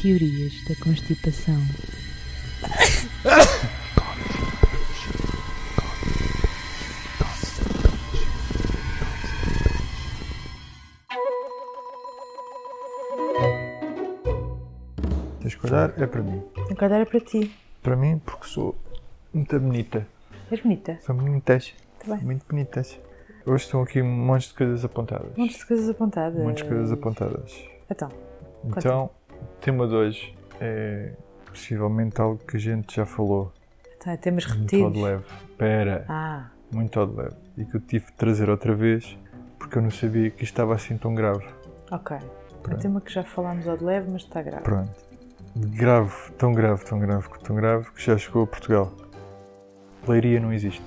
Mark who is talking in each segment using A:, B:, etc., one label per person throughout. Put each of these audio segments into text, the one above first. A: Teorias da constipação.
B: Mas acordar é para mim.
A: Acordar é para ti.
B: Para mim, porque sou muito bonita.
A: És bonita.
B: Sou bonitas.
A: Tá bem.
B: Muito bonitas. Hoje estão aqui um monte de coisas apontadas.
A: Um monte de coisas apontadas.
B: Um monte de coisas apontadas.
A: Então,
B: Então, o tema de hoje é possivelmente algo que a gente já falou.
A: então é temas
B: Muito ao de
A: repetidos.
B: leve. Pera,
A: Ah,
B: muito ao de leve. E que eu tive de trazer outra vez porque eu não sabia que isto estava assim tão grave.
A: ok. É um
B: Pronto.
A: tema que já falámos ao de leve, mas está grave.
B: Pronto. Grave, tão grave, tão grave, tão grave que já chegou a Portugal. Leiria não existe.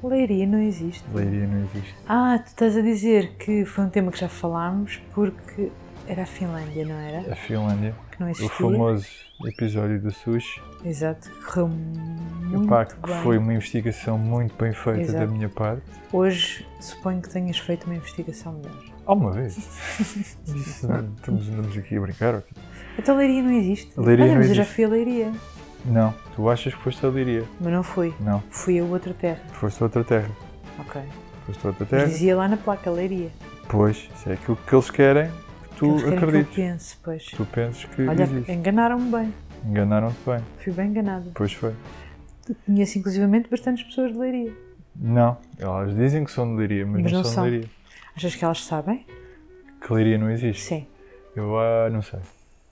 A: Leiria não existe.
B: Leiria não existe.
A: Ah, tu estás a dizer que foi um tema que já falámos porque era a Finlândia, não era?
B: A Finlândia.
A: Que não
B: O
A: existia.
B: famoso episódio do sushi.
A: Exato, correu muito
B: Epá, que
A: bem.
B: foi uma investigação muito bem feita
A: Exato.
B: da minha parte.
A: Hoje suponho que tenhas feito uma investigação melhor.
B: Alguma vez. Isso, não- estamos, andamos aqui a brincar? ou quê?
A: Então Leiria não existe.
B: Leiria
A: Olha,
B: não
A: mas eu já
B: existe.
A: fui a Leiria,
B: Não. Tu achas que foste a Leiria?
A: mas não fui.
B: Não.
A: Fui a outra terra.
B: Foste a outra terra.
A: Ok.
B: Foste a outra
A: Mas
B: terra.
A: dizia lá na placa Leiria.
B: Pois, se é aquilo que eles querem, que tu
A: Eles querem que eu
B: acredites.
A: penso, pois.
B: Tu pensas que
A: Olha, é-
B: existe.
A: enganaram-me bem.
B: Enganaram-te bem.
A: Fui bem enganada.
B: Pois foi.
A: Conheço inclusivamente bastantes pessoas de Leiria.
B: Não, elas dizem que são de Leiria, mas, não, são de Leiria.
A: Achas que elas sabem?
B: Que Leiria não existe.
A: Sim.
B: Eu ah, não sei,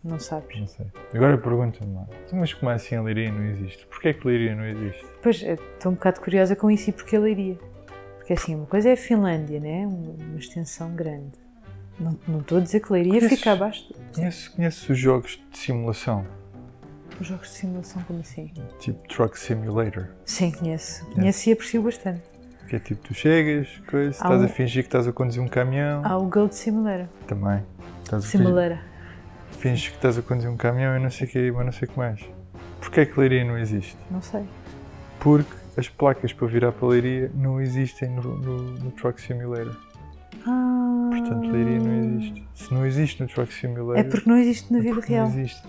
A: Não sabes.
B: não sei. Agora pergunta-me lá, "Então, mas como é assim a Leiria não existe? Porquê é que Leiria não existe?
A: Pois, eu estou um bocado curiosa com isso e porque a Leiria. Porque assim, uma coisa é a Finlândia, né? Uma uma extensão grande. Não não estou a dizer que Leiria
B: Conheces-
A: fica abaixo. de-
B: Conheces, conheces os jogos de simulação?
A: Os jogos um de simulação, como assim?
B: Tipo Truck Simulator.
A: Sim, conheço. Conheço e aprecio bastante.
B: Que é tipo, tu chegas,
A: Há
B: coisa, estás
A: um-
B: a fingir que estás a conduzir um caminhão.
A: Há o Gold Simulator.
B: Também. Estás a fingir,
A: Simulator.
B: finges que estás a conduzir um caminhão e não sei o que, mas não sei o que mais. Porquê é que Leiria não existe?
A: Não sei.
B: Porque as placas para virar para Leiria não existem no, no- no Truck Simulator.
A: Ah,
B: Portanto, Leiria não existe. Se não existe no Truck Simulator,
A: É porque não existe na
B: é
A: vida
B: porque
A: real.
B: Não existe.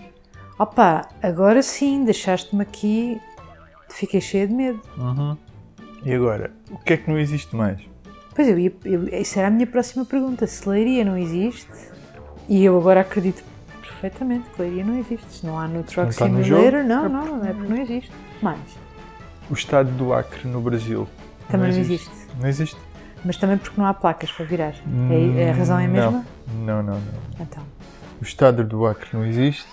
A: Opa, agora sim, deixaste-me aqui. Fiquei cheia de medo.
B: E agora, o que é que não existe mais?
A: Pois eu ia. Eu, essa era a minha próxima pergunta. Se leiria não existe. E eu agora acredito perfeitamente que leiria não existe. Se não há no Truck
B: está no
A: Simulator,
B: jogo,
A: não,
B: é
A: não, não é porque não existe. Mas.
B: O estado do Acre no Brasil.
A: Também não
B: Não existe?
A: Mas também porque não há placas para virar. É, a razão é a mesma?
B: Hum, Não, não, não. não.
A: Então.
B: O estado do Acre não existe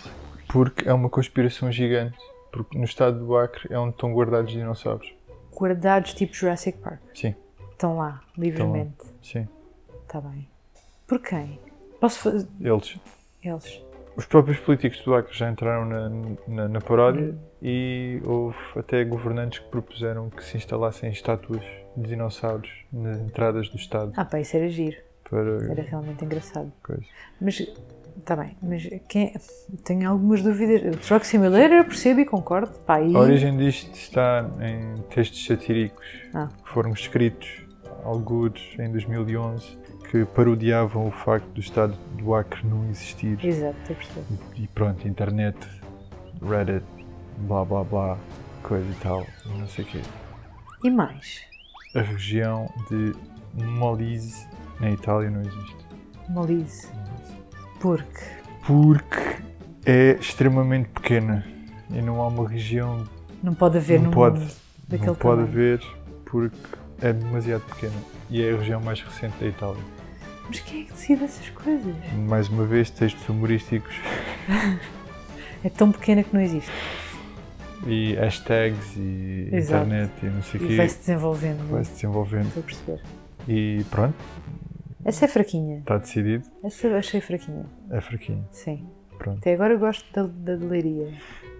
B: porque é uma conspiração gigante. Porque no estado do Acre é onde estão guardados dinossauros.
A: Guardados tipo Jurassic Park.
B: Sim,
A: Estão lá, livremente.
B: sim.
A: Está bem. Por quem? Posso fazer.
B: Eles.
A: Eles.
B: Os próprios políticos do Acre já entraram na, na, na paródia e houve até governantes que propuseram que se instalassem estátuas de dinossauros nas entradas do Estado
A: Ah, pá, isso era giro.
B: para
A: Era realmente engraçado.
B: coisa.
A: Mas, tá bem, mas quem, tenho algumas dúvidas. O Truck Simulator eu percebo e concordo. Pá, aí
B: A origem disto está em textos satíricos
A: Ah.
B: que foram escritos, alguns, em 2011, que parodiavam o facto do Estado do Acre não existir.
A: Exato, eu percebo.
B: E pronto, internet, Reddit, blá blá blá, coisa e tal, não sei o quê.
A: E mais?
B: A região de Molise, na Itália, não existe.
A: Molise. Porque
B: Porque é extremamente pequena e não há uma região
A: não pode haver
B: Não
A: num
B: pode.
A: mundo
B: que
A: daquele
B: não pode
A: tamanho.
B: haver porque é demasiado pequena e é a região mais recente da Itália.
A: Mas quem é que decide essas coisas?
B: Mais uma vez, textos humorísticos
A: É tão pequena que não existe.
B: e hashtags e
A: Exato.
B: internet e não sei o
A: E
B: quê.
A: vai-se desenvolvendo. não é?
B: Vai se desenvolvendo.
A: Estou a perceber.
B: E pronto,
A: Essa é fraquinha.
B: está decidido.
A: Essa eu achei fraquinha.
B: É fraquinho.
A: Sim.
B: Pronto.
A: Até agora eu gosto da, da leiria.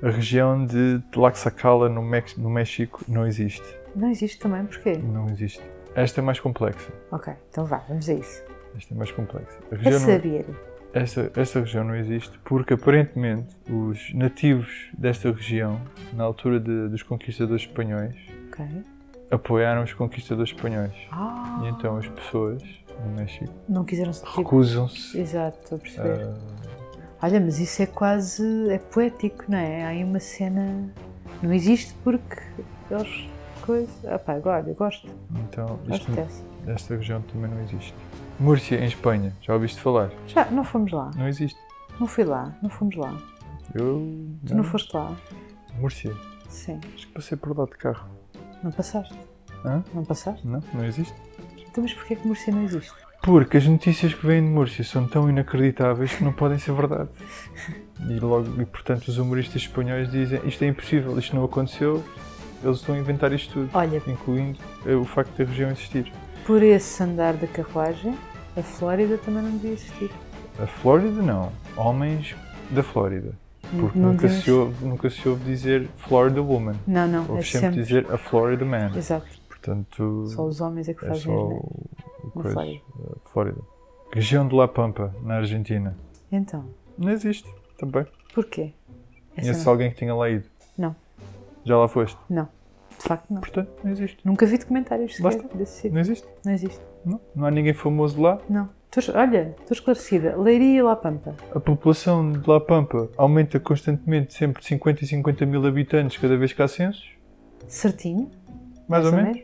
B: A região de Tlaxcala, no, Mex- no México, não existe.
A: Não existe também, porquê?
B: Não existe. Esta é mais complexa.
A: Ok, então vá, vamos a isso.
B: Esta é mais complexa. A
A: A
B: região não-
A: saber.
B: esta, esta região não existe porque aparentemente os nativos desta região, na altura de- dos conquistadores espanhóis,
A: Ok.
B: apoiaram os conquistadores espanhóis.
A: Ah,
B: E então as pessoas no México
A: não quiseram se
B: recusam-se ah,
A: Exato, estou a perceber.
B: a
A: Olha, mas isso é quase. é poético, não é? Há aí uma cena. não existe porque eles. coisa. Ah pá, olha, eu gosto.
B: Então,
A: Gosto
B: isto-
A: dessa.
B: esta região também não existe. Múrcia, em Espanha, já ouviste falar?
A: Já, não fomos lá.
B: Não existe.
A: Não fui lá, não fomos lá.
B: Eu.
A: Tu não foste lá?
B: Múrcia,
A: Sim.
B: acho que passei por lá de carro.
A: Não passaste?
B: Hã?
A: Não passaste?
B: Não, não existe.
A: Então, mas porquê que Murcia não existe?
B: Porque as notícias que vêm de Múrcia são tão inacreditáveis que não podem ser verdade. E logo, e portanto, os humoristas espanhóis dizem isto é impossível, isto não aconteceu, eles estão a inventar isto tudo,
A: Olha,
B: incluindo eh, o facto da região existir.
A: por esse andar da carruagem, a Flórida também não devia existir.
B: A Flórida não, homens da Flórida. Porque
A: Hum, Não
B: nunca,
A: devia
B: se ouve, nunca se ouve dizer Florida Woman.
A: Não, não, é
B: Ouve sempre
A: sempre.
B: dizer a Florida Man.
A: Exato.
B: Portanto,
A: Só os né? homens é que
B: é
A: fazem
B: só
A: as
B: o o
A: Na
B: coisa.
A: Flórida.
B: eh, Flórida. Região de La Pampa, na Argentina.
A: Então,
B: Não existe também.
A: porquê? Essa é
B: Conheces
A: não.
B: alguém que tenha lá ido?
A: Não.
B: Já lá foste?
A: Não. De facto, não.
B: Portanto, não existe.
A: Nunca vi documentários
B: Lá
A: sequer desse sítio.
B: Não existe.
A: Não existe.
B: Não, não há ninguém famoso lá.
A: Não. Tô- olha, estou esclarecida. Leiria e La Pampa.
B: A população de La Pampa aumenta constantemente, sempre de 50 e 50 mil habitantes cada vez que há censos.
A: Certinho.
B: Mais, ou, menos.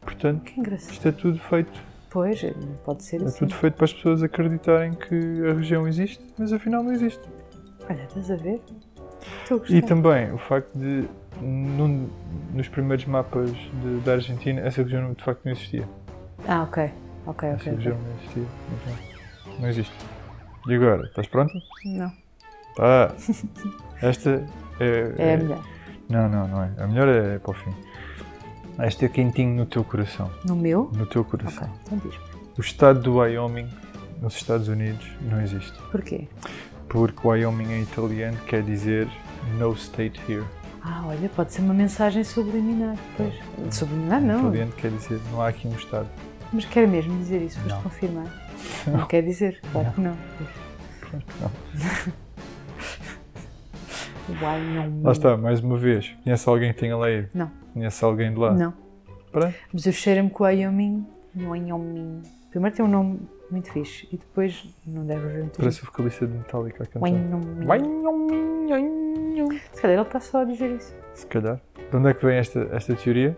B: Portanto,
A: Que engraçado.
B: isto é tudo feito.
A: Pois, não pode ser
B: É
A: assim.
B: tudo feito para as pessoas acreditarem que a região existe, mas afinal não existe.
A: Olha, estás a ver? Estou a gostar.
B: E também o facto de, num- nos primeiros mapas de- da Argentina, essa região de facto não existia.
A: Ah, ok. Ok,
B: Essa
A: ok.
B: região
A: ok.
B: não existia. Então, não existe. E agora? Estás pronto?
A: Não.
B: Tá. Esta é.
A: É a
B: é-
A: melhor.
B: Não, não, não é. A melhor é para o fim. Esta é quentinho no teu coração.
A: No meu?
B: No teu
A: Ok,
B: coração.
A: então diz-me.
B: O estado do Wyoming, nos Estados Unidos, não existe.
A: Porquê?
B: Porque Wyoming em italiano quer dizer No State Here.
A: Ah, olha, pode ser uma mensagem subliminar. Pois. Subliminar Ah, não.
B: Em italiano quer dizer não há aqui um estado.
A: Mas quero mesmo dizer isso, foste
B: Não.
A: confirmar. Não. quer dizer, claro que não. Uai, não.
B: Lá está, mais uma vez. Conhece alguém que tenha lá ido?
A: Não,
B: Conhece alguém de lá?
A: não.
B: Pronto.
A: Mas eu cheiro-me que o Wyoming, Wyoming. Primeiro tem um nome muito fixe e depois não deve haver muito.
B: Parece o vocalista de Metallica a cantar.
A: Wyoming.
B: Wyoming, Wyoming.
A: Se calhar ele está só a dizer isso.
B: Se calhar. De onde é que vem esta, esta teoria?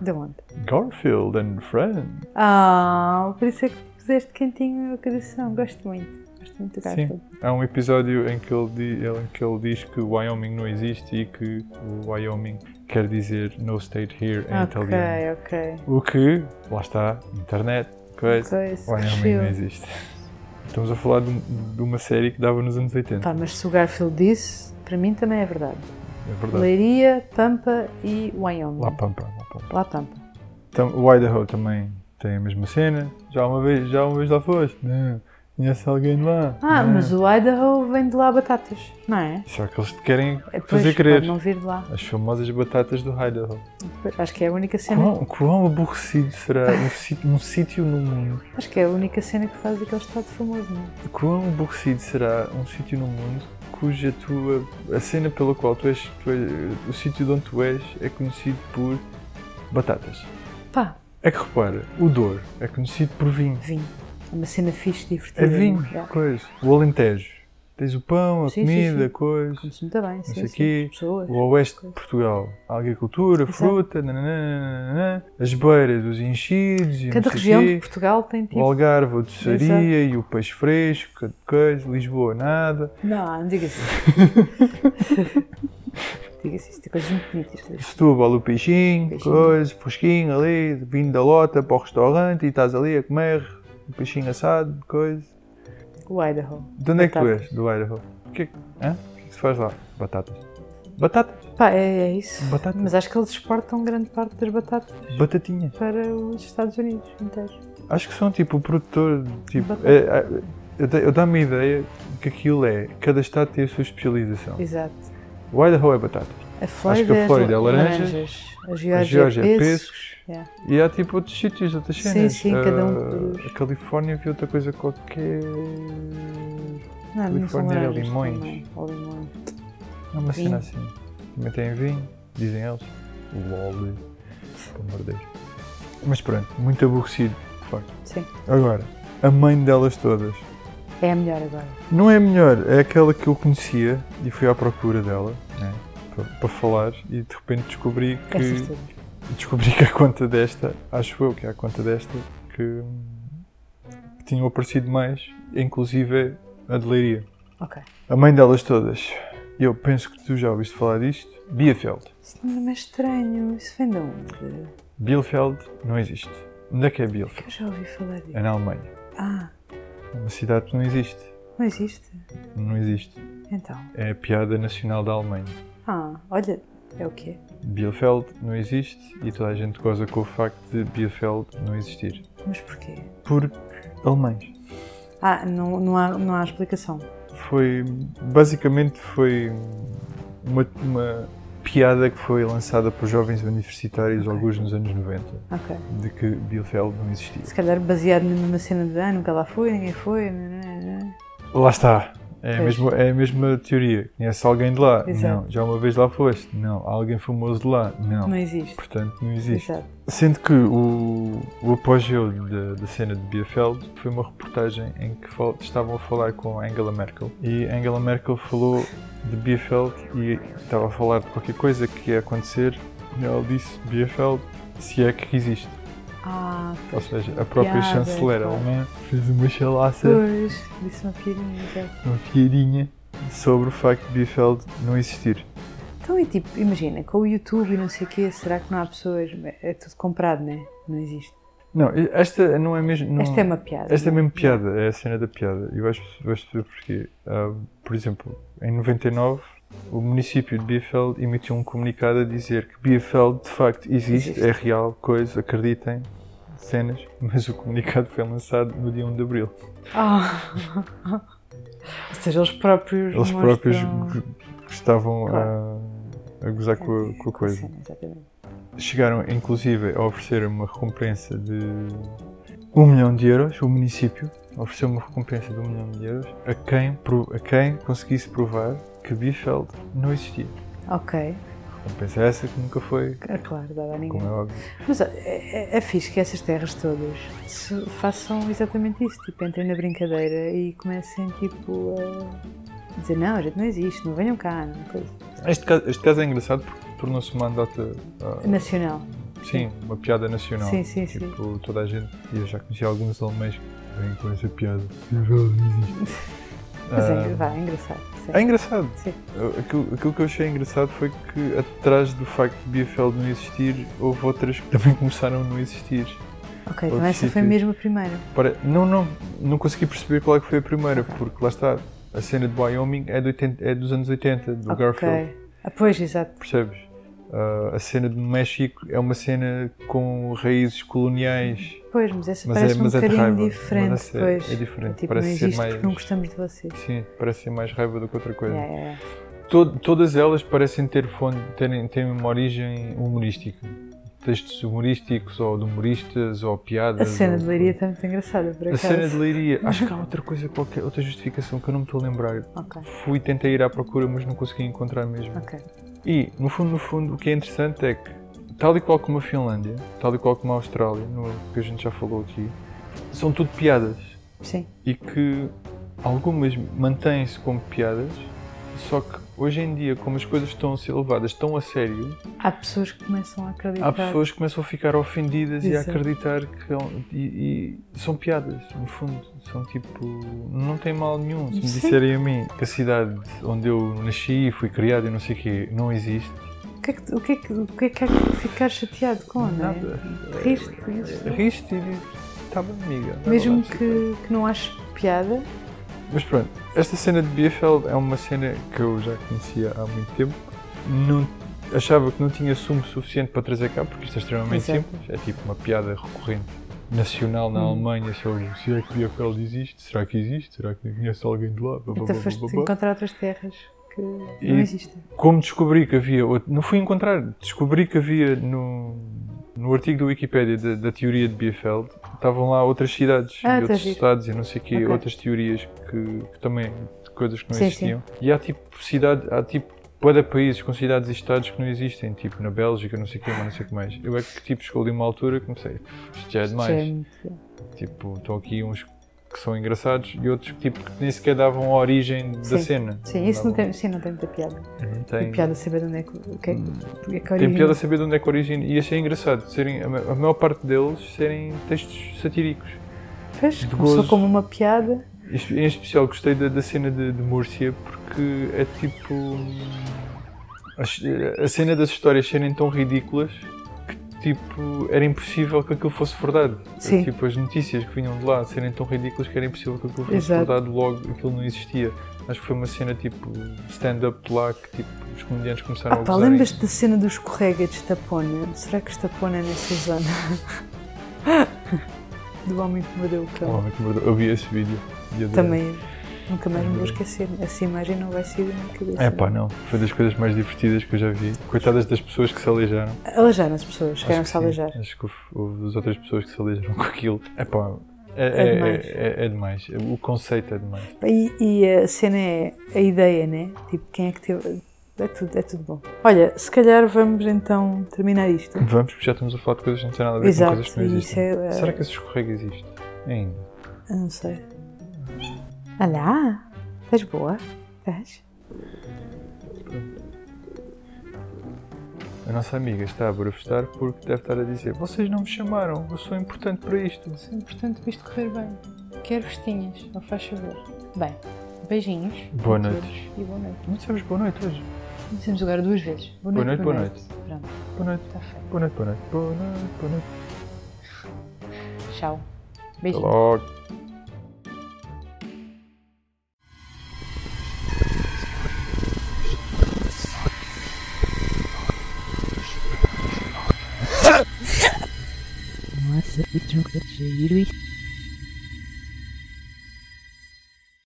A: De onde?
B: Garfield and Friends.
A: Ah, por isso é que puseste quentinho no meu coração. Gosto muito. Gosto muito do Garfield.
B: Há um episódio em que ele, di- ele- em que ele diz que o Wyoming não existe e que o Wyoming quer dizer no state here
A: ok,
B: em é italiano.
A: ok.
B: O que, lá está, internet, coisa.
A: Coisa,
B: Wyoming
A: cresceu.
B: não existe. Estamos a falar de, um, de uma série que dava nos anos 80.
A: Pá, mas se o Garfield disse, para mim também é verdade.
B: É verdade.
A: Leiria, Pampa e Wyoming.
B: La Pampa, La Pampa.
A: Lá Pampa.
B: Tam- o Idaho também tem a mesma cena. Já uma vez, já uma vez lá foste? Não. Conhece alguém de lá?
A: Ah,
B: não. é?
A: mas o Idaho vem de lá batatas, não é?
B: Só que eles te querem
A: É, pois,
B: fazer
A: pode
B: crer.
A: não vir de lá.
B: As famosas batatas do Idaho.
A: Pois, Acho que é a única cena.
B: Quão, quão aborrecido será um sítio- um sítio no mundo?
A: Acho que é a única cena que faz aquele estado famoso, não é?
B: Quão aborrecido será um sítio no mundo cuja tua. a cena pela qual tu és. tu és- o sítio de onde tu és é conhecido por batatas.
A: Pá,
B: É que repara, o Douro é conhecido por vinho.
A: vinho. É uma cena fixe, divertida.
B: É vinho,
A: Já.
B: coisa. O Alentejo. Tens o pão, a
A: Sim, sim,
B: comida,
A: sim.
B: coisa.
A: Come-se muito bem, sim,
B: sei
A: sim.
B: quê.
A: As Pessoas.
B: O oeste de Portugal. A agricultura, a
A: Exato.
B: fruta, nananana, as beiras, os enchidos e
A: Cada
B: não sei
A: região
B: quê.
A: de Portugal tem
B: O
A: tipo.
B: Algarve, a doçaria
A: Exato.
B: e o peixe fresco, cada coisa. Lisboa, nada.
A: Não, não digas isso. digas isso, tem coisas muito é- bonitas.
B: Setúbal, o peixinho,
A: Peixinho.
B: coisa, fosquinho ali, vindo da lota para o restaurante e estás ali a comer um peixinho assado, coisa.
A: O Idaho.
B: De onde é que tu
A: Batatas.
B: és, do Idaho? O que é que, hã? O que é que se faz lá? Batatas. Batatas?
A: Pá, é, é isso.
B: Batatas.
A: Mas acho que eles exportam grande parte das batatas
B: Batatinhas.
A: para os Estados Unidos inteiros.
B: Acho que são tipo o produtor. Tipo,
A: Batata.
B: é, é, eu dei- eu dá-me a ideia que aquilo é. Cada estado tem a sua especialização.
A: Exato.
B: O Idaho é batatas.
A: A Flórida,
B: que a Flórida é
A: é
B: laranja,
A: laranjas. A
B: A
A: Geórgia,
B: Geórgia é
A: pêssego.
B: pescos.
A: Yeah.
B: E há tipo outros sítios, outras
A: Sim,
B: cenas.
A: sim, cada um
B: Ah,
A: produz.
B: A Califórnia havia outra coisa qualquer.
A: Não, não são
B: Califórnia é
A: laranjas
B: limões.
A: também, ou limões.
B: É uma
A: Vinho.
B: cena assim. Também tem vinho, dizem eles. LOL. Pelo amor de Deus. Mas pronto, muito aborrecido, de facto.
A: Sim.
B: Agora, a mãe delas todas.
A: É a melhor agora.
B: Não é a melhor, é aquela que eu conhecia e fui à procura dela, né? Para, para falar e de repente descobri
A: É
B: que.
A: certeza.
B: Descobri que a conta desta, acho eu que é a conta desta, que, que tinham aparecido mais, inclusive a de Leiria.
A: Ok.
B: A mãe delas todas. Eu penso que tu já ouviste falar disto. Bielefeld.
A: Isso não é estranho. Isso vem de onde?
B: Bielefeld não existe. Onde é que é Bielefeld?
A: Eu já ouvi falar disso.
B: É na Alemanha.
A: Ah,
B: É uma cidade que não existe.
A: não existe?
B: Não existe.
A: Então.
B: É a piada nacional da Alemanha.
A: Ah, olha. É o quê?
B: Bielefeld não existe e toda a gente goza com o facto de Bielefeld não existir.
A: Mas porquê?
B: Porque alemães.
A: Ah, não, não, há, não há explicação.
B: Foi. Basicamente foi uma, uma piada que foi lançada por jovens universitários,
A: Ok.
B: alguns nos anos 90,
A: Ok.
B: de que Bielefeld não existia.
A: Se calhar baseado numa cena de ah, nunca lá foi, ninguém foi. né, né, né.
B: Lá está. É a,
A: Pois.
B: mesma, é a mesma teoria. Conhece alguém de lá?
A: Exato.
B: Não. Já uma vez lá foste? Não. Há alguém famoso de lá? Não.
A: Não existe.
B: Portanto, não existe.
A: Exato.
B: Sendo que o, o apogeu da, da cena de Bielefeld foi uma reportagem em que fal- estavam a falar com Angela Merkel e Angela Merkel falou de Bielefeld e estava a falar de qualquer coisa que ia acontecer e ela disse Bielefeld se é que existe.
A: Ah,
B: Ou
A: pois.
B: seja, a própria
A: Piada,
B: chanceler
A: claro.
B: alemã fez uma chalaça
A: Pois, disse uma piadinha, exato.
B: uma piadinha sobre o facto de Bielefeld não existir.
A: Então é tipo, imagina, com o YouTube e não sei o quê, será que não há pessoas? É tudo comprado, né? Não existe.
B: Não, esta não é mesmo. não-
A: Esta é uma piada.
B: Esta é
A: não
B: mesmo piada, é a cena da piada. E vais, vais perceber porquê. Ah, por exemplo, em 99, o município de Bielefeld emitiu um comunicado a dizer que Bielefeld de facto existe,
A: Existe.
B: é real, coisa, acreditem, cenas, mas o comunicado foi lançado no dia 1 de abril.
A: Ah. Ou seja, eles próprios.
B: Eles
A: mostram-
B: próprios g- estavam a-
A: Claro.
B: a, gozar com a- com a coisa.
A: cena, exatamente.
B: Chegaram, inclusive, a oferecer uma recompensa de um milhão de euros. O município ofereceu uma recompensa de um milhão de euros a quem, pro- a quem conseguisse provar que Bielefeld não existia.
A: Ok,
B: Recompensa essa que nunca foi,
A: é claro, dada a
B: como é
A: ninguém.
B: óbvio.
A: Mas ó, é, é, é fixe que essas terras todas se façam exatamente isso, tipo, entrem na brincadeira e comecem, tipo, a dizer: não, a gente não existe, não venham cá, não é coisa.
B: Este caso, este caso é engraçado porque tornou-se uma andota, ah,
A: Nacional.
B: sim, uma piada nacional.
A: Sim, sim, sim.
B: tipo, toda a gente, e eu já conheci alguns alemães que vêm com essa piada. Bielefeld não existe.
A: Mas
B: Ah,
A: é, vá, é engraçado. sim.
B: É engraçado.
A: Sim.
B: Aquilo, aquilo que eu achei engraçado foi que atrás do facto de Bielefeld não existir, houve outras que também começaram a não existir.
A: Ok,
B: Outro
A: então essa foi
B: sítio.
A: mesmo a primeira.
B: Para- Não, não, não consegui perceber qual é que foi a primeira, porque lá está, a cena de Wyoming é, de 80 é dos anos 80, do Garfield,
A: Ok. Ah, pois, exato.
B: percebes? Ah, a cena do México é uma cena com raízes coloniais,
A: Pois, mas essa
B: mas, é,
A: parece um
B: mas é de
A: bocadinho
B: raiva.
A: diferente.
B: Mas essa é,
A: pois.
B: é diferente,
A: Tipo, não
B: parece ser
A: existe
B: mais...
A: porque não gostamos de vocês.
B: Sim, parece ser mais raiva do que outra coisa.
A: Yeah, yeah, yeah.
B: To- todas elas parecem ter fonte, terem, terem uma origem humorística. Textos humorísticos, ou de humoristas, ou piadas.
A: A cena
B: ou-
A: de leiria está muito engraçada, por
B: A
A: acaso.
B: cena de leiria. Acho que há outra coisa qualquer, outra justificação que eu não me estou a lembrar.
A: Ok,
B: Fui, tentei ir à procura, mas não consegui encontrar mesmo.
A: ok.
B: E, no fundo, no fundo, o que é interessante é que, tal e qual como a Finlândia, tal e qual como a Austrália, no, que a gente já falou aqui, são tudo piadas.
A: Sim,
B: E que algumas mantêm-se como piadas, só que hoje em dia, como as coisas estão a ser levadas tão a sério,
A: há pessoas que começam a acreditar.
B: Há pessoas que começam a ficar ofendidas e a
A: Exato.
B: acreditar que é um- e- e são piadas, no fundo. São tipo. Não tem mal nenhum. Se me
A: Sim.
B: disserem a mim que a cidade onde eu nasci e fui criado e não sei o quê não existe,
A: O que é que, o que, é que, o que, é que há que ficar chateado com, não é?
B: nada.
A: Riste, riste.
B: Riste e dizes, tá bem, amiga. vai
A: Mesmo
B: lá, sei
A: que, que não aches piada,
B: Mas pronto, esta cena de Bielefeld é uma cena que eu já conhecia há muito tempo. Não, achava que não tinha sumo suficiente para trazer cá, porque isto é extremamente
A: Exato.
B: simples. É tipo uma piada recorrente nacional na
A: Hum.
B: Alemanha sobre se é que Bielefeld existe, será que existe, será que conhece alguém de lá? Blá, blá,
A: até
B: blá,
A: Então foste
B: blá, blá.
A: encontrar outras terras que não
B: E-
A: existem.
B: Como descobri que havia. outro- Não fui encontrar, descobri que havia no, no artigo da Wikipédia da, da teoria de Bielefeld, estavam lá outras cidades,
A: Ah,
B: e
A: tá
B: outros
A: giro.
B: estados e não sei o quê,
A: Ok.
B: outras teorias que, que também. coisas que não
A: Sim, sim.
B: existiam. E há tipo cidade. Há tipo. Para países com cidades e estados que não existem, tipo na Bélgica, não sei o que, mas não sei o que mais. Eu é que tipo, escolhi uma altura que comecei, isto já
A: Já
B: é
A: é
B: demais.
A: muito-
B: Tipo, estão aqui uns que são engraçados e outros tipo, que nem sequer davam a origem da
A: Sim.
B: cena.
A: Sim, isso não
B: davam-
A: tem, sim, não tem muita piada.
B: Não
A: Tem
B: tem. Hum.
A: piada saber de onde é que, o que, é que- porque é que a
B: Tem
A: origem-
B: piada saber de onde é que a origem e achei engraçado serem a ma- a maior parte deles serem textos satíricos.
A: Fez,
B: de
A: começou
B: gozo.
A: como uma piada.
B: Em- Em especial gostei da, da cena de, de Múrcia porque é tipo. hum, as- A cena das histórias serem tão ridículas que tipo era impossível que aquilo fosse verdade.
A: Sim.
B: Tipo, as notícias que vinham de lá serem tão ridículas que era impossível que aquilo fosse
A: Exato.
B: verdade, logo aquilo não existia. Acho que foi uma cena tipo stand-up lá que tipo, os comediantes começaram
A: Ah
B: a
A: pá,
B: gozarem.
A: lembras-te da cena do escorrega de Estapona? Será que Estapona é nessa zona? do homem que mordeu o
B: O
A: cão.
B: homem que mordeu. Eu vi esse vídeo. e adorei.
A: Também nunca mais me vou esquecer. Essa imagem não vai sair da minha cabeça.
B: Uhum. É pá, não. Foi das coisas mais divertidas que eu já vi. Coitadas das pessoas que se aleijaram.
A: Alejar as pessoas,
B: Acho que
A: querem-se
B: sim.
A: alejar.
B: Acho que houve, houve as outras pessoas que se aleijaram com aquilo. Epá, é
A: É
B: é-
A: demais.
B: é- é- é demais. O conceito é demais.
A: E, e a cena é a ideia, né? Tipo, quem é que teve. É tudo, é tudo bom. Olha, se calhar vamos então terminar isto.
B: Vamos, porque já estamos a falar de coisas que não têm nada a ver
A: Exato,
B: com coisas que
A: e
B: não existem.
A: isso é, é-
B: Será que esse escorrega existe? Ainda.
A: Eu não sei. É. Olá! Estás boa? Estás?
B: A nossa amiga está a barafustar porque deve estar a dizer Vocês não me chamaram, eu sou importante para isto.
C: Sim, portanto, é isto correr bem. Quero festinhas, não faz favor. Bem, beijinhos.
B: Boa
C: a todos
B: noite.
C: E boa noite.
B: Não dissemos boa noite hoje.
C: Dizemos agora duas vezes. Boa
B: Boa
C: noite,
B: noite, boa noite.
C: Pronto,
B: Boa noite,
C: está feito.
B: boa noite, boa noite, boa noite, boa noite.
C: Tchau.
B: Até
C: Beijinhos.
B: logo.
D: Nossa, que tronco um de giro.